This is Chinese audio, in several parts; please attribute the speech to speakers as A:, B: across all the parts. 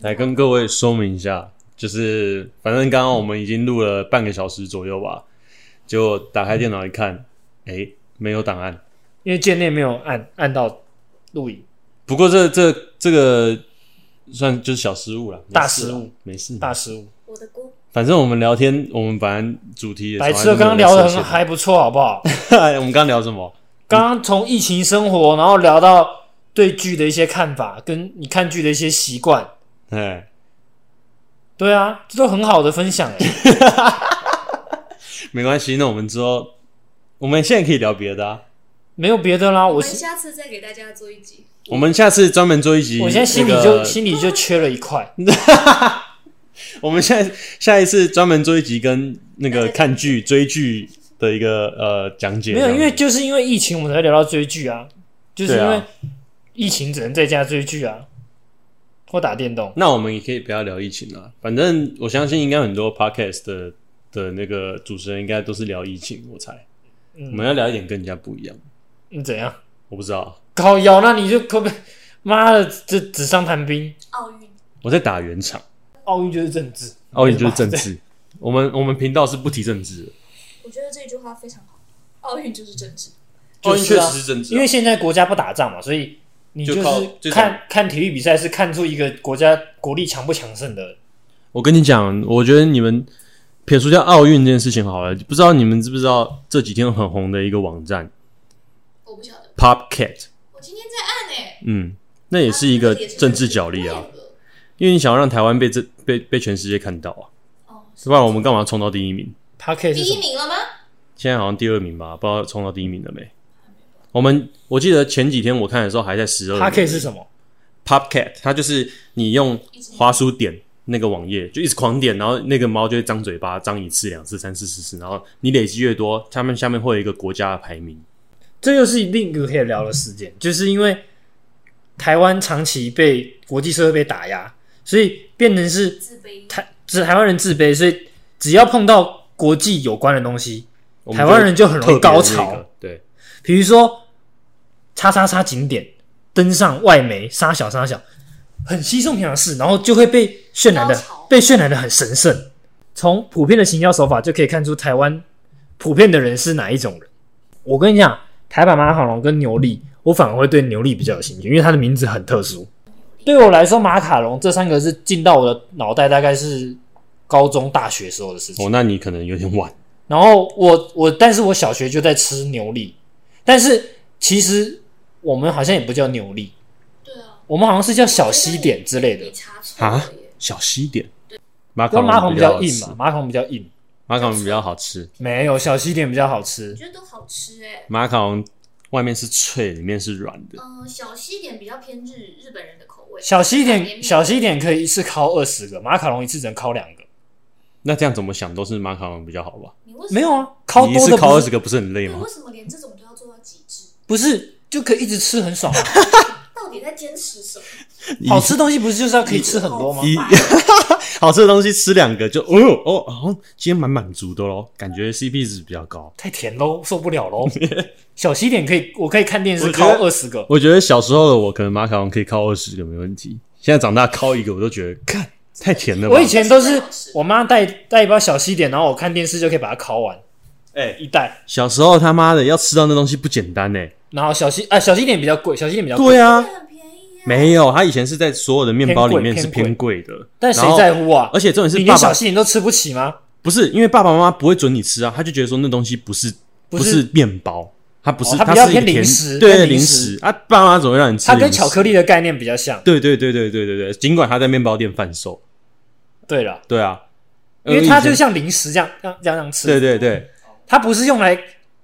A: 来跟各位说明一下，就是反正刚刚我们已经录了半个小时左右吧，就打开电脑一看，哎、没有档案。
B: 因为键内没有按按到录影，
A: 不过这这这个算就是小失误了，没事啦
B: 大失误，
A: 没事。
B: 大失误。
C: 我的姑，
A: 反正我们聊天，我们反正主题也
B: 白
A: 从
B: 痴，
A: 来
B: 刚
A: 都
B: 刚
A: 没有
B: 聊的很
A: 设限
B: 还不错，好不好？
A: 我们刚刚聊什么？
B: 刚刚从疫情生活，然后聊到对剧的一些看法，跟你看剧的一些习惯，
A: 哎，
B: 对啊，这都很好的分享、 欸。
A: 没关系，那我们之后，我们现在可以聊别的啊。
B: 没有别的啦，
C: 我
B: 我
C: 们
B: 是
C: 下次再给大家做一集。
A: 我们下次专门做一集。
B: 我现在心里
A: 那
B: 就
A: 个
B: 心里就缺了一块，
A: 我们下下一次专门做一集跟那个看剧、追剧的一个呃讲解。
B: 没有，
A: 这样
B: 因为就是因为疫情，我们才聊到追剧啊，就是
A: 对
B: 因
A: 啊
B: 为疫情只能在家追剧啊，或打电动。
A: 那我们也可以不要聊疫情了，反正我相信应该很多 podcast 的的那个主持人应该都是聊疫情，我猜。我
B: 嗯，
A: 们要聊一点跟人家不一样，
B: 你怎样？
A: 我不知道
B: 靠腰，那你就可不可以？妈的，这纸上谈兵，
C: 奥运
A: 我在打圆场，
B: 奥运就是政治，
A: 奥运就是政治。我们我们频道是不提政治的，
C: 我觉得这句话非常好。奥运就是政治，
B: 就
A: 奥运
B: 是
A: 确
B: 啊
A: 实是政治啊、
B: 因为现在国家不打仗嘛，所以你
A: 就靠
B: 是
A: 这种
B: 看看体育比赛是看出一个国家国力强不强盛的。
A: 我跟你讲，我觉得你们撇除掉奥运这件事情好了，不知道你们知不知道这几天很红的一个网站
C: 我不晓得。
A: Popcat，
C: 我今天在按欸诶、
A: 嗯，那也是一个政治角力啊，因为你想要让台湾被这被被全世界看到啊，
C: 哦，
A: 不然我们干嘛冲到第一名？
B: 他可以
C: 第
B: 是
C: 一
B: 什么？
C: 名了吗？
A: 现在好像第二名吧，不知道冲到第一名了没？我们我记得前几天我看的时候还在十二。
B: 他可以是什么？
A: Popcat，它就是你用滑鼠点那个网页，就一直狂点，然后那个猫就会张嘴巴张一次、两次、三次、四次，然后你累积越多，它们下面会有一个国家的排名。
B: 这又是另一个可以聊的事件，就是因为台湾长期被国际社会被打压，所以变成是
C: 自卑。
B: 台只台湾人自卑，所以只要碰到国际有关的东西，
A: 我们
B: 台
A: 就
B: 湾人就很
A: 特
B: 容易
A: 别的
B: 高
A: 那
B: 潮
A: 个。，对，
B: 比如说叉叉叉景点登上外媒，杀小杀小，很稀松平常的事，然后就会被渲染的
C: 高潮
B: 被渲染的很神圣。从普遍的行销手法就可以看出台湾普遍的人是哪一种人。我跟你讲，台版马卡龙跟牛力，我反而会对牛力比较有兴趣，因为它的名字很特殊。对我来说，马卡龙这三个字进到我的脑袋，大概是高中、大学时候的事情。
A: 哦，那你可能有点晚。
B: 然后我我，但是我小学就在吃牛力，但是其实我们好像也不叫牛力，
C: 对啊，
B: 我们好像是叫小西点之类
C: 你
B: 的。
C: 查错
A: 啊
C: 了耶。
A: 小西点，马卡
B: 跟马
A: 龙
B: 桶比
A: 较
B: 较
A: 好
B: 硬
A: 吃
B: 嘛，，马桶比较硬，
A: 马卡龙比较好吃，
B: 没有小西点比较好吃
C: 我。觉得都好吃哎、
A: 马卡龙外面是脆，里面是软的。
C: 嗯、小西点比较偏日日本人的口味。
B: 小西
C: 绵
B: 点
C: 绵
B: 小西点可以一次烤二十个，马卡龙一次只能烤两个。
A: 那这样怎么想都是马卡龙比较好吧？
C: 你为什
B: 没
C: 么
B: 有？啊，烤
A: 你一
B: 多
A: 次
B: 的
A: 烤
B: 不
A: 二
B: 是
A: 十个不是很累
C: 你
A: 吗
C: 为？什么连这种都要做到极致？
B: 不是就可以一直吃很爽吗？啊
C: 到底在坚持什么？
B: 嗯好吃东西不是就是要可以吃很多吗？
A: 一好吃的东西吃两个就哦哦，好像今天蛮满足的咯，感觉 CP 值比较高。
B: 太甜喽，受不了 喽。小西点可以，我可以看电视
A: 我觉得
B: 烤二十个。
A: 我觉得小时候的我可能马卡龙可以靠二十个没问题，现在长大靠一个我都觉得看太甜了吧
B: 我。以前都是
C: 这是
B: 我妈带带一包小西点，然后我看电视就可以把它烤完
A: 哎、
B: 一袋。
A: 小时候他妈的要吃到那东西不简单呢、
B: 然后小西啊，小西点比较贵，小西点比较贵，
A: 对啊，
C: 很便宜啊。
A: 没有，他以前是在所有的面包里
B: 偏
A: 面
B: 贵
A: 是偏贵的，
B: 但谁
A: 然后
B: 在？乎啊？
A: 而且重点
B: 你
A: 是
B: 连
A: 爸
B: 小
A: 爸
B: 西点都吃不起吗？
A: 不是因为爸爸妈妈不会准你吃啊，他就觉得说那东西不是
B: 不
A: 不
B: 是
A: 是面包，它不是
B: 哦它比较
A: 它是一个
B: 偏零
A: 甜
B: 食
A: 对
B: 偏零
A: 零
B: 食
A: 食啊，爸妈总会让你吃。
B: 它跟巧克力的概念比较像。
A: 对对对对对对对，尽管他在面包店贩售，
B: 对了，
A: 对啊，
B: 因为它
A: 呃
B: 就
A: 以前
B: 像零食这样这样这样这样
A: 对
B: 吃，
A: 对对
B: 它不是用来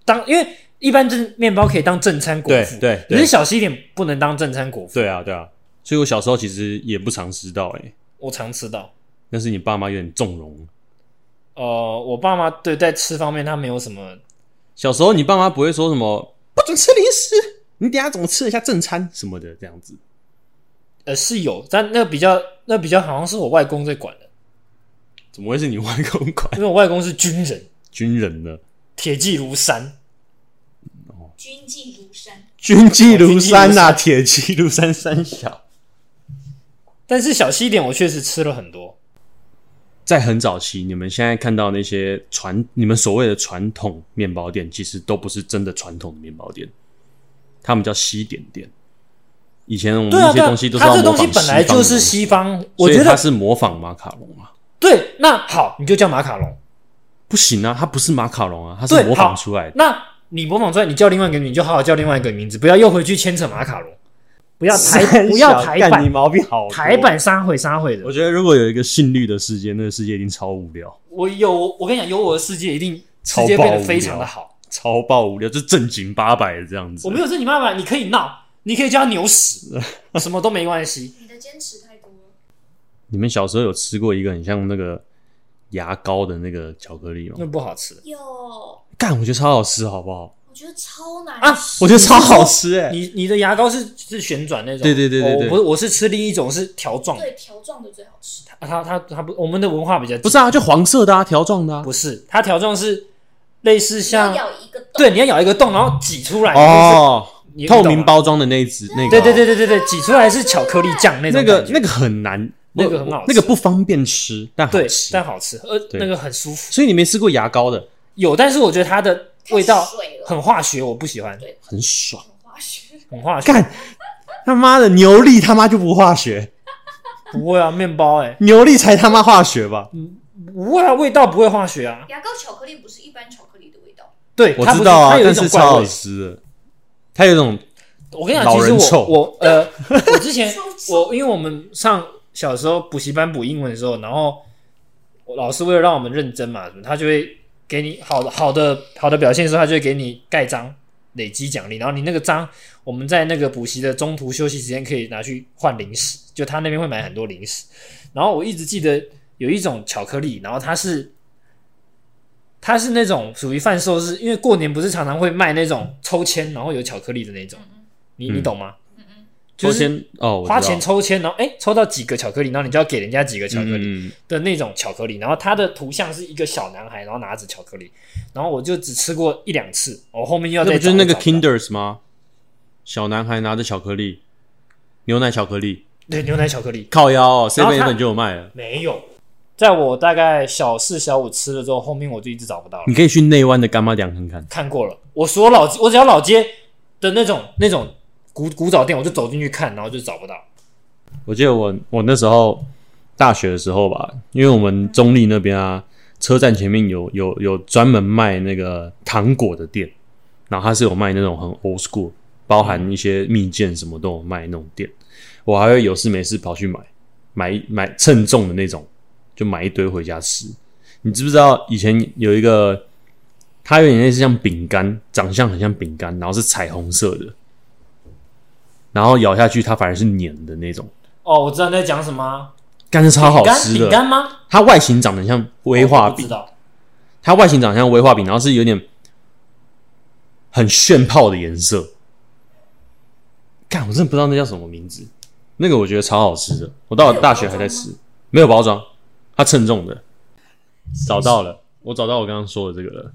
B: 当，因为一般正面包可以当正餐果
A: 对
B: 腹，
A: 对
B: 可是
A: 对
B: 小西点不能当正餐果腹。
A: 对啊对啊，所以我小时候其实也不常吃到诶、欸，
B: 我常吃到，
A: 但是你爸妈有点纵容。
B: 呃，我爸妈对在吃方面他没有什么，
A: 小时候你爸妈不会说什么不准吃零食，你等一下总吃一下正餐什么的这样子。
B: 呃，是有，但那比较那比较好像是我外公在管的，
A: 怎么会是你外公管
B: 因为我外公是军人。
A: 军人呢？
B: 铁骑如山，
C: 军纪如山，
A: 军纪
B: 如山啊
A: 铁骑如山三小。
B: 但是小西点我确实吃了很多，
A: 在很早期，你们现在看到那些传你们所谓的传统面包店，其实都不是真的传统的面包店，他们叫西点店。以前我们
B: 对啊，
A: 一些
B: 对啊
A: 东西，都是
B: 它
A: 要
B: 这东
A: 模
B: 西
A: 仿
B: 本来
A: 西方
B: 就
A: 的
B: 是
A: 东西
B: 西方，我
A: 所以
B: 觉
A: 它
B: 得
A: 是模仿马卡龙啊，
B: 对。那好，你就叫马卡龙。
A: 不行啊，它不是马卡龙啊，它
B: 对
A: 是模
B: 好
A: 仿出来的。
B: 那你模仿出来，你叫另外一个名，你就好好叫另外一个名字，不要又回去牵扯马卡龙，不 要台不要台
D: 干你
B: 版
D: 毛病好多
B: 台版杀毁杀毁的
A: 我。觉得如果有一个信律的世界，那个世界一定超无聊，
B: 我有，我跟你讲，有我的世界一定世
A: 超
B: 界变
A: 爆
B: 得
A: 无
B: 非常的
A: 聊
B: 好。
A: 超爆无聊，就正经八百的这样子。
B: 我没有说你妈妈，你可以闹，你可以叫她牛 屎，什么都没关系。
C: 你的坚持太多了。
A: 你们小时候有吃过一个很像那个牙膏的那个巧克力吗
B: 那？不好吃。
C: 有，我
A: 干，我觉得超好吃，好不好？
C: 觉得超难
B: 啊
C: 吃
A: 我觉得超好吃哎、
B: 你你的牙膏是是旋转那种？
A: 对对对对
B: 我
A: 对
B: 不是，我是吃另一种是条状的。
C: 对，条状的最好吃。
B: 它它它它不，我们的文化比较
A: 不是啊，就黄色的啊，条状的啊。
B: 不是，它条状是类似像
C: 你要咬一个洞，
B: 对，你要咬一个洞，然后挤出来
A: 哦，
B: 就是你
A: 透明。包装的那一只
B: 你
A: 那个。
B: 懂吗对对对。对对对，挤出来是巧克力酱那
A: 那
B: 种
A: 个
B: 感觉
A: 那个很难，
B: 那个很好吃
A: 那个不方便吃，但好
B: 对，
A: 吃。
B: 但好吃，呃，
A: 对
B: 那个很舒服。
A: 所以你没吃过牙膏的，
B: 有，但是我觉得它的味道
C: 太水了
B: 很化学，我不喜欢，
C: 对，
A: 很爽。
C: 很化学。
B: 很化学。
A: 干他妈的牛力他妈就不化 学，
B: 不会啊，面包哎、
A: 牛力才他妈化学吧？
B: 不会啊，味道不会化学啊。
C: 牙膏巧克力不是一般巧克力的味道，
B: 对，
A: 我
B: 它不
A: 知道啊
B: 它，有一
A: 但
B: 种
A: 是
B: 怪
A: 超好
B: 味
A: 吃的。它有一种
B: 我跟你讲，
A: 老
B: 其实
A: 人
B: 我
A: 臭
B: 我呃，我之前
C: 超级
B: 我因为我们上小时候补习班补英文的时候，然后我老师为了让我们认真嘛，他就会给你好的好的好的表现的时候，他就会给你盖章累积奖励，然后你那个章，我们在那个补习的中途休息时间可以拿去换零食，就他那边会买很多零食。然后我一直记得有一种巧克力，然后它是它是那种属于贩售是，因为过年不是常常会卖那种抽签，然后有巧克力的那种，你你懂吗？
C: 嗯嗯，
B: 就是
A: 抽签哦，我知道
B: 花钱抽签，然后哎、抽到几个巧克力，然后你就要给人家几个巧克力
A: 嗯嗯嗯
B: 的那种巧克力，然后它的图像是一个小男孩，然后拿着巧克力，然后我就只吃过一两次，我后面要
A: 那
B: 再
A: 不
B: 找
A: 就是那个
B: 找不到
A: Kinders 吗？小男孩拿着巧克力，牛奶巧克力，
B: 对牛奶巧克力
A: 靠腰哦
B: 然后
A: ，seven
B: 它
A: eleven 就有卖了。
B: 没有，在我大概小四小五吃了之后，后面我就一直找不到了
A: 你。可以去内湾的干妈店看看。
B: 看过了，我所有老我只要老街的那种那种古古早店，我就走进去看，然后就找不到。
A: 我记得我我那时候大学的时候吧，因为我们中立那边啊，车站前面有有有专门卖那个糖果的店，然后它是有卖那种很 old school，包含一些蜜饯什么都有卖那种店。我还会有事没事跑去买买买称重的那种，就买一堆回家吃。你知不知道以前有一个，它有点类似像饼干，长相很像饼干，然后是彩虹色的，然后咬下去它反而是黏的那种。
B: 哦，我知道你在讲什么啊，
A: 干是超好
B: 饼干
A: 吃
B: 饼
A: 的。
B: 干吗？
A: 它外形长得很像威
B: 哦
A: 化
B: 我不知
A: 饼，
B: 道，
A: 它外形长得像威化饼，然后是有点很炫泡的颜色。干，我真的不知道那叫什么名字。那个我觉得超好吃的，我到了大学还在吃，没有包装，它称重的。找到了，我找到我刚刚说的这个了，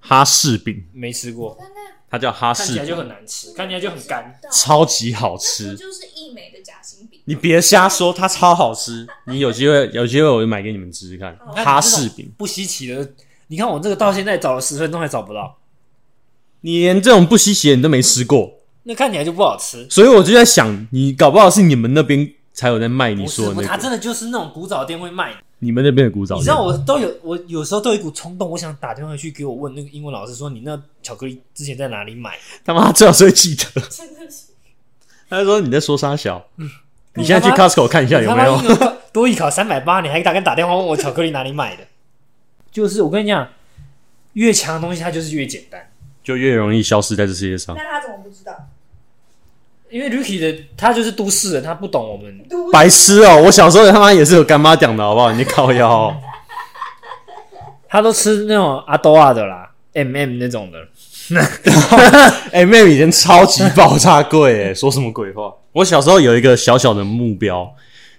A: 哈士饼，
B: 没吃过，
C: 但那
A: 它叫哈
B: 看
A: 士
B: 起来就
A: 饼，
B: 很难吃，看起来就很干。，
A: 超级好
C: 这
A: 吃。
C: 就是一美的夹心饼。
A: 你别瞎说，它超好吃。你有机会，有机会我就买给你们吃吃看。
B: 哦
C: 好
A: 哈士饼，
B: 不稀奇的。你看我这个到现在找了十分钟还找不到，
A: 你连这种不稀奇的你都没吃过，
B: 那看起来就不好吃。
A: 所以我就在想，你搞不好是你们那边才有在卖你
B: 不是
A: 说，
B: 不
A: 的
B: 是它
A: 那个，
B: 真的就是那种古早店会卖的。
A: 你们那边的古早
B: 你
A: 店。
B: 知道我都有，我有时候都有一股冲动，我想打电话去给我问那个英文老师说，你那巧克力之前在哪里买？
A: 他妈最好是会记得，
C: 真的是，
A: 他就说你在说啥小，你现在去 Costco 看一下
B: 嗯你
A: 有
B: 他
A: 没
B: 妈
A: 有
B: 英。文考多一考三百八，你还打敢打电话问我巧克力哪里买的？就是我跟你讲，越强的东西它就是越简单。
A: 就越容易消失在这世界上。
C: 那他怎么不知道？
B: 因为 Ricky 的他就是都市人，他不懂我们。
C: 都
A: 白痴哦、我小时候他妈也是有干妈讲的好不好？你靠 腰哦、
B: 他都吃那种阿多啊的啦，MM 那种的。
A: 哎、妹妹以前超级爆炸贵哎、说什么鬼话？我小时候有一个小小的目标，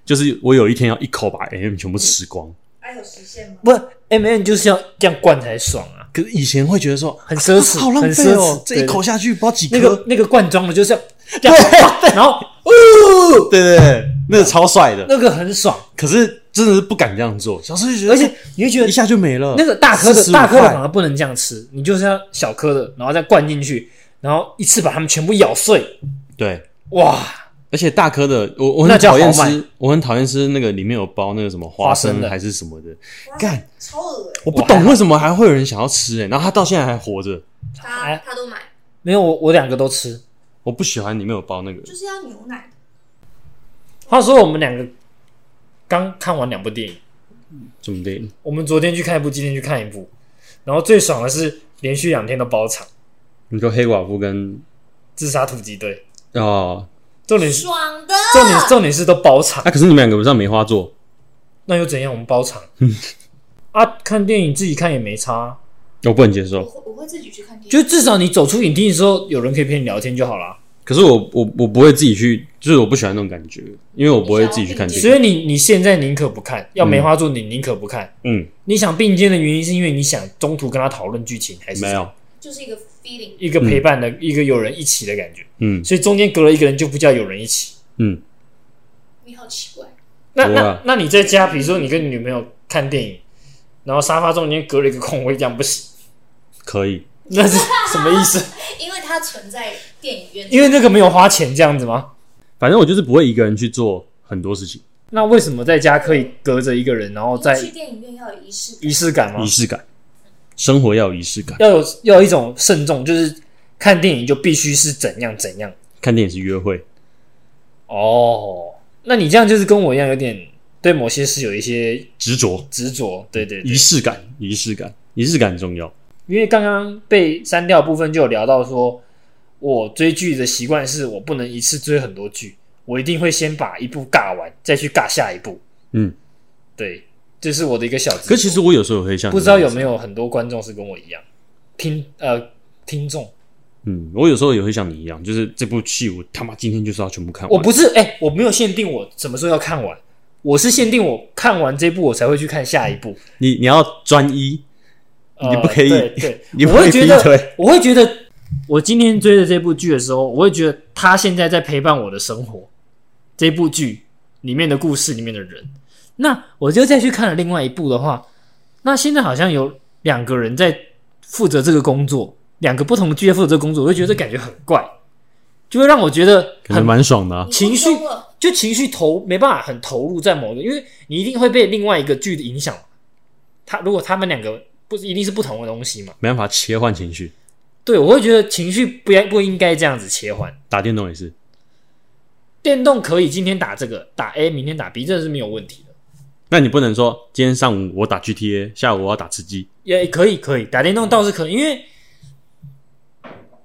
A: 就是我有一天要一口把 M、全部吃光。
C: 还有实现吗？
B: 不，MM 就是要这样灌才爽啊，
A: 可是以前会觉得说
B: 很奢侈，
A: 好浪
B: 很
A: 费
B: 奢
A: 哦
B: 侈。！
A: 这一口
B: 对
A: 下去不知道几
B: 那
A: 颗
B: 个，那个罐装的就是要这样，然后哦
A: 对对对，那个超帅的，
B: 那个很爽，
A: 可是真的是不敢这样做。小时候就觉得，
B: 而且你会觉
A: 一
B: 得
A: 下就没了。
B: 那个大颗的
A: 45
B: 大颗的
A: 块
B: 反而不能这样吃，你就是要小颗的，然后再灌进去，然后一次把它们全部咬碎，
A: 对，
B: 哇，
A: 而且大颗的，我我很
B: 那叫
A: 讨厌
B: 豪迈
A: 吃，我很讨厌吃那个里面有包那个什么花
B: 花生
A: 生
B: 的
A: 还是什么的，
C: 哇
A: 干，
C: 超恶欸
A: 我不
B: 啊
A: 懂为什么还会有人想要吃哎、然后他到现在还活着，
C: 他
B: 哎
C: 他都买，
B: 没有我我两个都吃。
A: 我不喜欢里面有包那个。
C: 就是要牛奶的。
B: 话说我们两个刚看完两部电影，
A: 怎么的？
B: 我们昨天去看一部，今天去看一部，然后最爽的是连续两天都包场，《
A: 你说黑寡妇跟
B: 自杀突击队
A: 哦，》，
B: 重点是
C: 爽的，
B: 重点重点是都包场，
A: 啊，可是你们两个不是梅花座？
B: 那又怎样？我们包 场啊，看电影自己看也没差啊，
A: 我不能接
C: 我
A: 受。
C: 会我会自己去看电
B: 就
C: 影，
B: 至少你走出影厅的时候，有人可以陪你聊天就好啦。
A: 可是我我我不会自己去，就是我不喜欢那种感觉，因为我不会自己去看电
B: 所
A: 影。
B: 以你你现在宁可不看，要梅花座你宁可不看。
A: 嗯，
B: 你想并肩的原因是因为你想中途跟他讨论剧情，还是
A: 没有，
C: 就是一个 feeling。
B: 一个陪伴的、一个有人一起的感觉？
A: 嗯
B: 所以中间隔了一个人就不叫有人一起。
A: 嗯，
C: 你好奇怪，
B: 那
A: 对
B: 那
A: 啊
B: 那你在家，比如说你跟你女朋友看电影，然后沙发中间隔了一个空位，这样不行，
A: 可以。
B: 那是什么意思？
C: 因为它存在电影院，
B: 因为那个没有花钱这样子吗？
A: 反正我就是不会一个人去做很多事情，
B: 那为什么在家可以隔着一个人，然后
C: 因为去
B: 在
C: 电影院要有仪式感
B: 仪。式感吗
A: 仪？式感，生活要有仪式感。
B: 要有要有一种慎重，就是看电影就必须是怎样怎样。
A: 看电影是约会，
B: 哦，那你这样就是跟我一样，有点对某些事有一些
A: 执着，
B: 执着。对对对
A: 仪，式感，仪式感，仪式感很重要。
B: 因为刚刚被删掉的部分就有聊到说，我追剧的习惯是我不能一次追很多剧，我一定会先把一部尬完，再去尬下一部。
A: 嗯，
B: 对，这是我的一个小执着。
A: 可其实我有时候也会像你
B: 不知道
A: 这
B: 有
A: 样子
B: 没有很多观众是跟我一样，听呃听众，
A: 嗯，我有时候也会像你一样，就是这部戏我他妈今天就是要全部看
B: 我
A: 完。
B: 不是哎、我没有限定我什么时候要看完，我是限定我看完这部我才会去看下一部。
A: 你你要专一，
B: 呃
A: 嗯你不可以
B: 对对
A: ，你不
B: 我
A: 可以
B: 会觉
A: 逼
B: 得
A: 退，
B: 我会觉得，我今天追的这部剧的时候，我会觉得他现在在陪伴我的生活。这部剧里面的故事里面的人，那我就再去看了另外一部的话，那现在好像有两个人在负责这个工作，两个不同的剧在负责这个工作，我会觉得感觉很怪，就会让我觉得
A: 可
B: 很
A: 能蛮爽的、啊
C: 你。
B: 情绪
C: 放松了
B: 就情绪投没办法很投入在某个，因为你一定会被另外一个剧的影响。他如果他们两个不一定是不同的东西嘛，
A: 没办法切换情绪，
B: 对我会觉得情绪不应不应该这样子切换。
A: 打电动也是。
B: 电动可以今天打这个打 A，明天打 B，这是没有问题的，
A: 那你不能说今天上午我打 GTA，下午我要打吃鸡，
B: 也可以可以打电动倒是可以，因为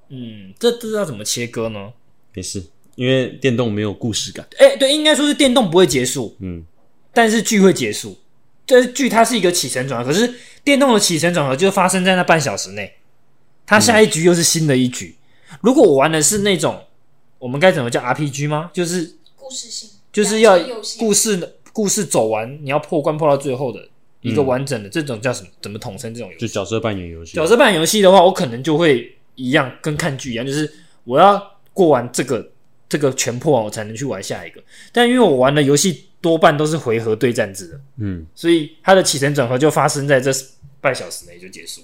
B: 嗯，这这要怎么切割呢？
A: 没事，因为电动没有故事感。
B: 哎，对，应该说是电动不会结束，
A: 嗯，
B: 但是剧会结束。这剧它是一个起承转合，可是电动的起承转合就发生在那半小时内，它下一局又是新的一局。如果我玩的是那种，我们该怎么叫 RPG 吗？就是
C: 故事性，
B: 就是要
C: 两个游戏啊
B: 故事故事走完，你要破关破到最后的一个
A: 嗯
B: 完整的，这种叫什么？怎么统称这种游
A: 就
B: 戏？
A: 角色扮演游戏。
B: 角色扮演游戏的话，我可能就会一样，跟看剧一样，就是我要过完这个这个全破完，我才能去玩下一个。但因为我玩的游戏多半都是回合对战制的。
A: 嗯，
B: 所以它的起承转合就发生在这半小时内就结束。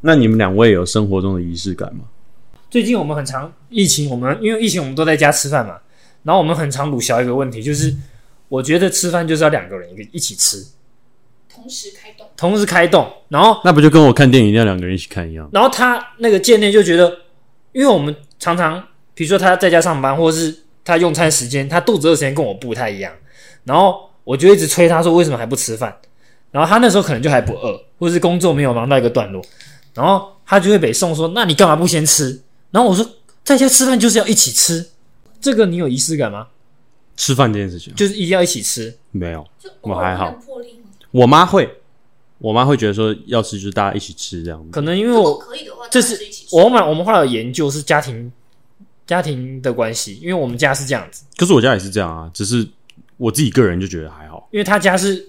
A: 那你们两位有生活中的仪式感吗？
B: 最近我们很常疫情，我们因为疫情我们都在家吃饭嘛，然后我们很常鲁小一个问题，就是我觉得吃饭就是要两个人一个一起吃，
C: 同时开动，
B: 同时开动，然后
A: 那不就跟我看电影一定要两个人一起看一样？
B: 然后他那个贱内就觉得，因为我们常常，比如说他在家上班，或者是他用餐时间，他肚子饿的时间跟我不太一样，然后我就一直催他说为什么还不吃饭，然后他那时候可能就还不饿，或是工作没有忙到一个段落，然后他就会被送说，那你干嘛不先吃？然后我说在家吃饭就是要一起吃，这个你有仪式感吗？
A: 吃饭这件事情
B: 就是一定要一起吃，
A: 没有，
C: 就
A: 我还好
C: 偶尔看破例吗
A: 我妈会，我妈会觉得说要吃就是大家一起吃这样子。
B: 可能因为
C: 如果
B: 我
C: 可以的话，
B: 这
C: 当然
B: 是
C: 一起吃
B: 我们我们后来有研究是家庭家庭的关系，因为我们家是这样子。
A: 可是我家也是这样啊，只是我自己个人就觉得还好，
B: 因为他家是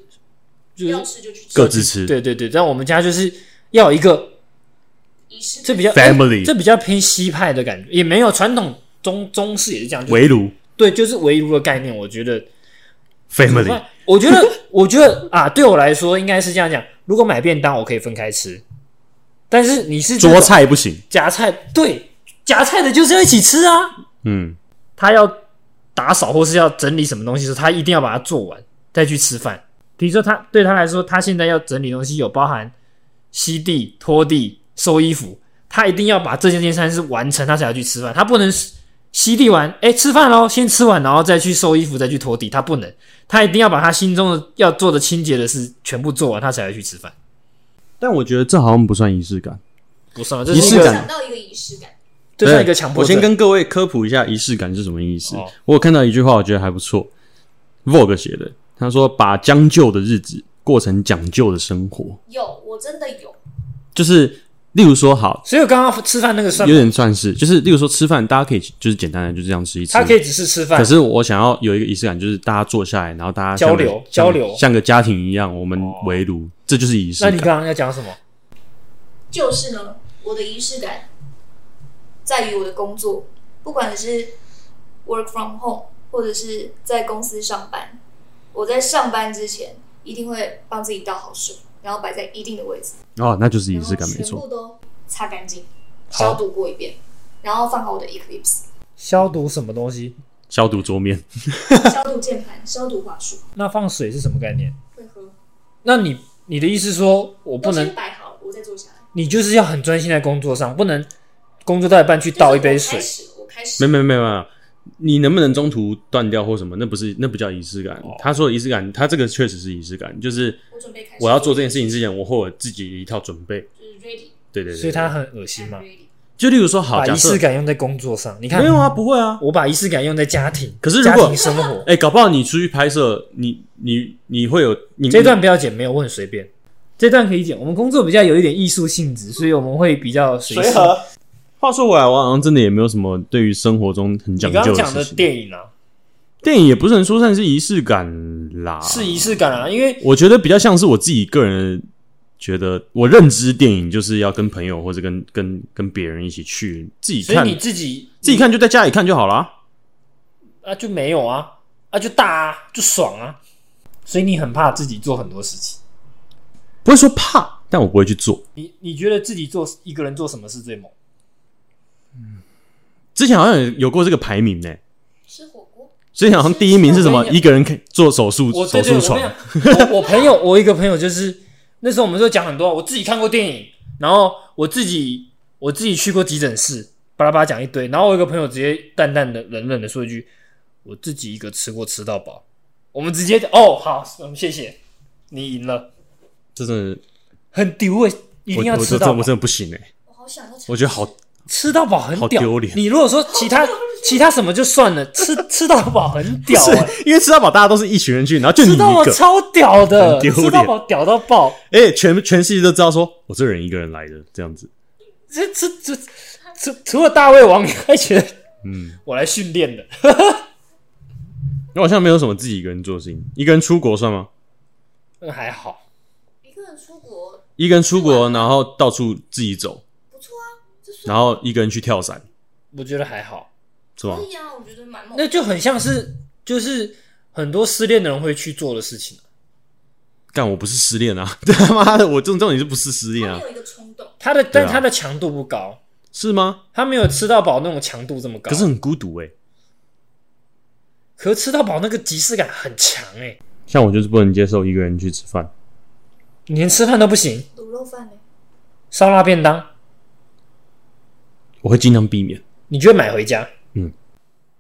B: 就
C: 要
B: 是
C: 吃就去吃
A: 各，自吃。
B: 对对对，但我们家就是要有一个
C: 仪式感
B: 这比较
A: Family
B: 这比较偏西派的感觉，也没有传统中中式也是这样，就是
A: 围炉
B: 对，就是围炉的概念，我觉得
A: ，family
B: 我觉得， 我觉得啊，对我来说应该是这样讲：如果买便当，我可以分开吃，但是你是这种
A: 桌菜不行，
B: 夹菜，对，夹菜的就是要一起吃啊。
A: 嗯，
B: 他要打扫或是要整理什么东西的时候，他一定要把它做完再去吃饭。比如说他，对他来说，他现在要整理东西，有包含吸地、拖地、收衣服，他一定要把这件事是完成，他才要去吃饭。他不能吸地完，哎，吃饭喽，先吃完，然后再去收衣服，再去拖地，他不能，他一定要把他心中的要做的清洁的事全部做完，他才会去吃饭。
A: 但我觉得这好像不算仪式感。
B: 不算，这
A: 仪
B: 是
A: 式
B: 一
A: 感
B: 个，
C: 想到一个仪式感，
B: 这算一个强迫
A: 我先
B: 症。
A: 跟各位科普一下仪式感是什么意思。
B: 哦
A: 我有看到一句话，我觉得还不错，Vogue 写的，他说把将就的日子过成讲究的生活，
C: 有，我真的有，
A: 就是例如说，好，
B: 所以我刚刚吃饭那个算
A: 有，点算是，就是例如说吃饭，大家可以就是简单的就这样吃一吃
B: 他。可以只是吃饭
A: 可，是我想要有一个仪式感，就是大家坐下来，然后大家像个
B: 交流
A: 像
B: 交流
A: 像个家庭一样，我们
B: 哦
A: 围炉，这就是仪式
B: 那
A: 感
B: 你。刚刚要讲什么？
C: 就是呢，我的仪式感在于我的工作，不管是 work from home 或者是在公司上班，我在上班之前一定会帮自己倒好水，然后摆在一定的位置，
A: 哦，那就是仪
C: 然后
A: 式感，没
C: 全
A: 错。
C: 部都擦干净，
B: 好
C: 消毒过一遍，然后放好我的 Eclipse，
B: 消毒什么东西？
A: 消毒桌面，
C: 消毒键盘，消毒话术，
B: 那放水是什么概念？
C: 会喝，
B: 那你你的意思说我不
C: 都
B: 能
C: 先，摆好，我再坐下来。
B: 你就是要很专心在工作上，不能工作到一半去倒一杯水
C: 就。是我开始，
A: 没
C: 我开
A: 没
C: 始，
A: 没没，你能不能中途断掉或什么？那不是那不叫仪式感。
B: 哦
A: 他说的仪式感，他这个确实是仪式感，就是
C: 我准备开始，
A: 我要做这件事情之前，我会有自己一套准备。
C: 就是 ready，
A: 对对对，
B: 所以他很恶心
C: I'm
B: 嘛，
C: ready，
A: 就例如说，好，
B: 把
A: 假
B: 仪式
A: 设
B: 感用在工作上。你看
A: 没，有啊，不会啊。
B: 我把仪式感用在家庭，
A: 可是如
B: 家
A: 果
B: 庭生活
A: 哎、搞不好你出去拍摄，你你你会有你
B: 这段不要剪，没有，我很随便。这段可以剪，我们工作比较有一点艺术性质，所以我们会比较随性。
A: 话说回来，我好像真的也没有什么对于生活中很讲
B: 你刚
A: 究
B: 刚讲的
A: 事情。
B: 电影啊，
A: 电影也不是能说算是仪式感啦，
B: 是仪式感啊，因为
A: 我觉得比较像是我自己个人觉得，我认知电影就是要跟朋友或者跟跟跟别人一起去自己
B: 所以
A: 看，
B: 你自己
A: 自己看就在家里看就好啦。
B: 啊就没有啊，啊就大啊，就爽啊，所以你很怕自己做很多事情。
A: 不会说怕，但我不会去做。
B: 你你觉得自己做一个人做什么事最猛？
A: 之前好像有有过这个排名呢、
C: 吃火锅，
A: 之前好像第一名是什么
B: 我？跟你
A: 一个人可以做手术
B: 我对
A: 手
B: 对，我没
A: 术床
B: 有，我我朋友，我一个朋友就是那时候我们就讲很多，我自己看过电影，然后我自己我自己去过急诊室，巴拉巴拉讲一堆，然后我有一个朋友直接淡淡的冷冷的说一句，我自己一个吃过吃到饱，我们直接哦好，我们谢谢你赢了，
A: 这真的
B: 很丢诶、一定
A: 我
B: 要
A: 我
B: 吃
A: 这
B: 到
A: 我
B: 饱，
A: 真的不行哎、
C: 我好想要尝试，
A: 我觉得好
B: 吃到饱很
A: 好
B: 屌，
A: 丢脸
B: 你如果说其他其他什么就算了，吃吃到饱很屌、
A: 是
B: 欸，
A: 因为吃到饱大家都是一群人去，然后就你
B: 吃
A: 一
B: 到饱
A: 个，
B: 超屌的，
A: 很丢
B: 吃
A: 脸
B: 到饱屌到爆。
A: 哎、全全世界都知道说我这人一个人来的这样子，
B: 这这这除除了大胃王，你还觉得
A: 嗯，
B: 我来训练的？
A: 我好像没有什么自己一个人做的事情，一个人出国算吗？
B: 那还好，
C: 一个人出国
A: 一个人出国，然后到处自己走，
C: 不错啊，这算
A: 然后一个人去跳伞，
B: 我觉得还好，
A: 是吗
C: 可？以啊，我觉得蛮猛。
B: 那就很像是就是很多失恋的人会去做的事情。
A: 干，我不是失恋啊！ 他妈的，我这种重点是不是失恋
C: 他
A: 啊
C: 没？有一个冲动，
B: 他的，
A: 对啊
B: 但他的强度不高，
A: 是吗？
B: 他没有吃到饱那种强度这么高。
A: 可是，很孤独哎、
B: 可是吃到饱那个即视感很强哎、
A: 像我就是不能接受一个人去吃饭，
B: 你连吃饭都不行，
C: 卤肉饭呢？
B: 烧腊便当
A: 我会尽量避免。
B: 你就会买回家，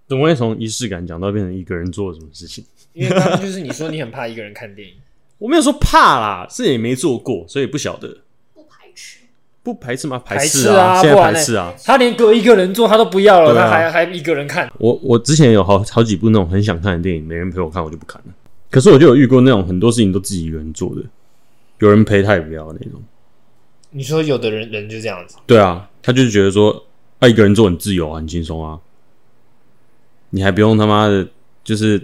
A: 怎么会从仪式感讲到变成一个人做什么事情？
B: 因为刚刚就是你说你很怕一个人看电影，
A: 我没有说怕啦，是也没做过，所以不晓得。
C: 不排斥，
A: 不排斥吗？
B: 排斥
A: 斥
B: 啊
A: 现在
B: 不然
A: 排
B: 嘞
A: 斥啊！
B: 他连隔一个人做他都不要了，
A: 对啊
B: 他还还一个人看，
A: 我我之前有好好几部那种很想看的电影，没人陪我看，我就不看了。可是我就有遇过那种很多事情都自己一个人做的，有人陪他也不要的那种。
B: 你说有的人人就这样子。
A: 对啊，他就是觉得说，啊，一个人做很自由啊，很轻松啊，你还不用他妈的，就是，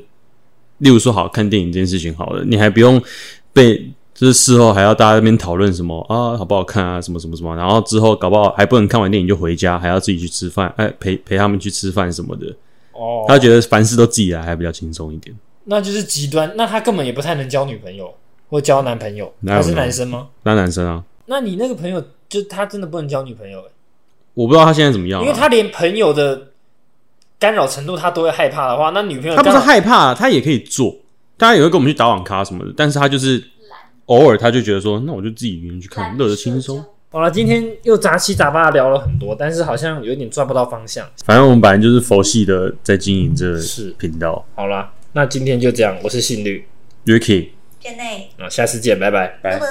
A: 例如说好看电影这件事情好了，你还不用被。就是事后还要大家在那边讨论什么啊，好不好看啊，什么什么什么，然后之后搞不好还不能看完电影就回家，还要自己去吃饭，哎，陪陪他们去吃饭什么的，
B: 哦，
A: 他觉得凡事都自己来还比较轻松一点。
B: 那就是极端，那他根本也不太能交女朋友或交男朋友，
A: 哪有
B: 他是
A: 呢
B: 男生吗？
A: 那男生啊，
B: 那你那个朋友就他真的不能交女朋友、欸，
A: 我不知道他现在怎么样啊、
B: 因为他连朋友的干扰程度他都会害怕的话，那女朋友
A: 他不是
B: 干扰
A: 害怕，啊他也可以做，当然也会跟我们去打网咖什么的，但是他就是
C: 懒
A: 偶尔他就觉得说，那我就自己一个人去看，
C: 懒
A: 乐得
C: 得
A: 轻松。。
B: 好了，今天又杂七杂八地聊了很多，但是好像有点抓不到方向。
A: 反正我们本来就是佛系的在经营这个
B: 是
A: 频道。
B: 好啦，那今天就这样，我是信律，啊
A: Ricky，
C: 天内，
B: 那下次见，拜拜，
A: 拜
C: 拜拜。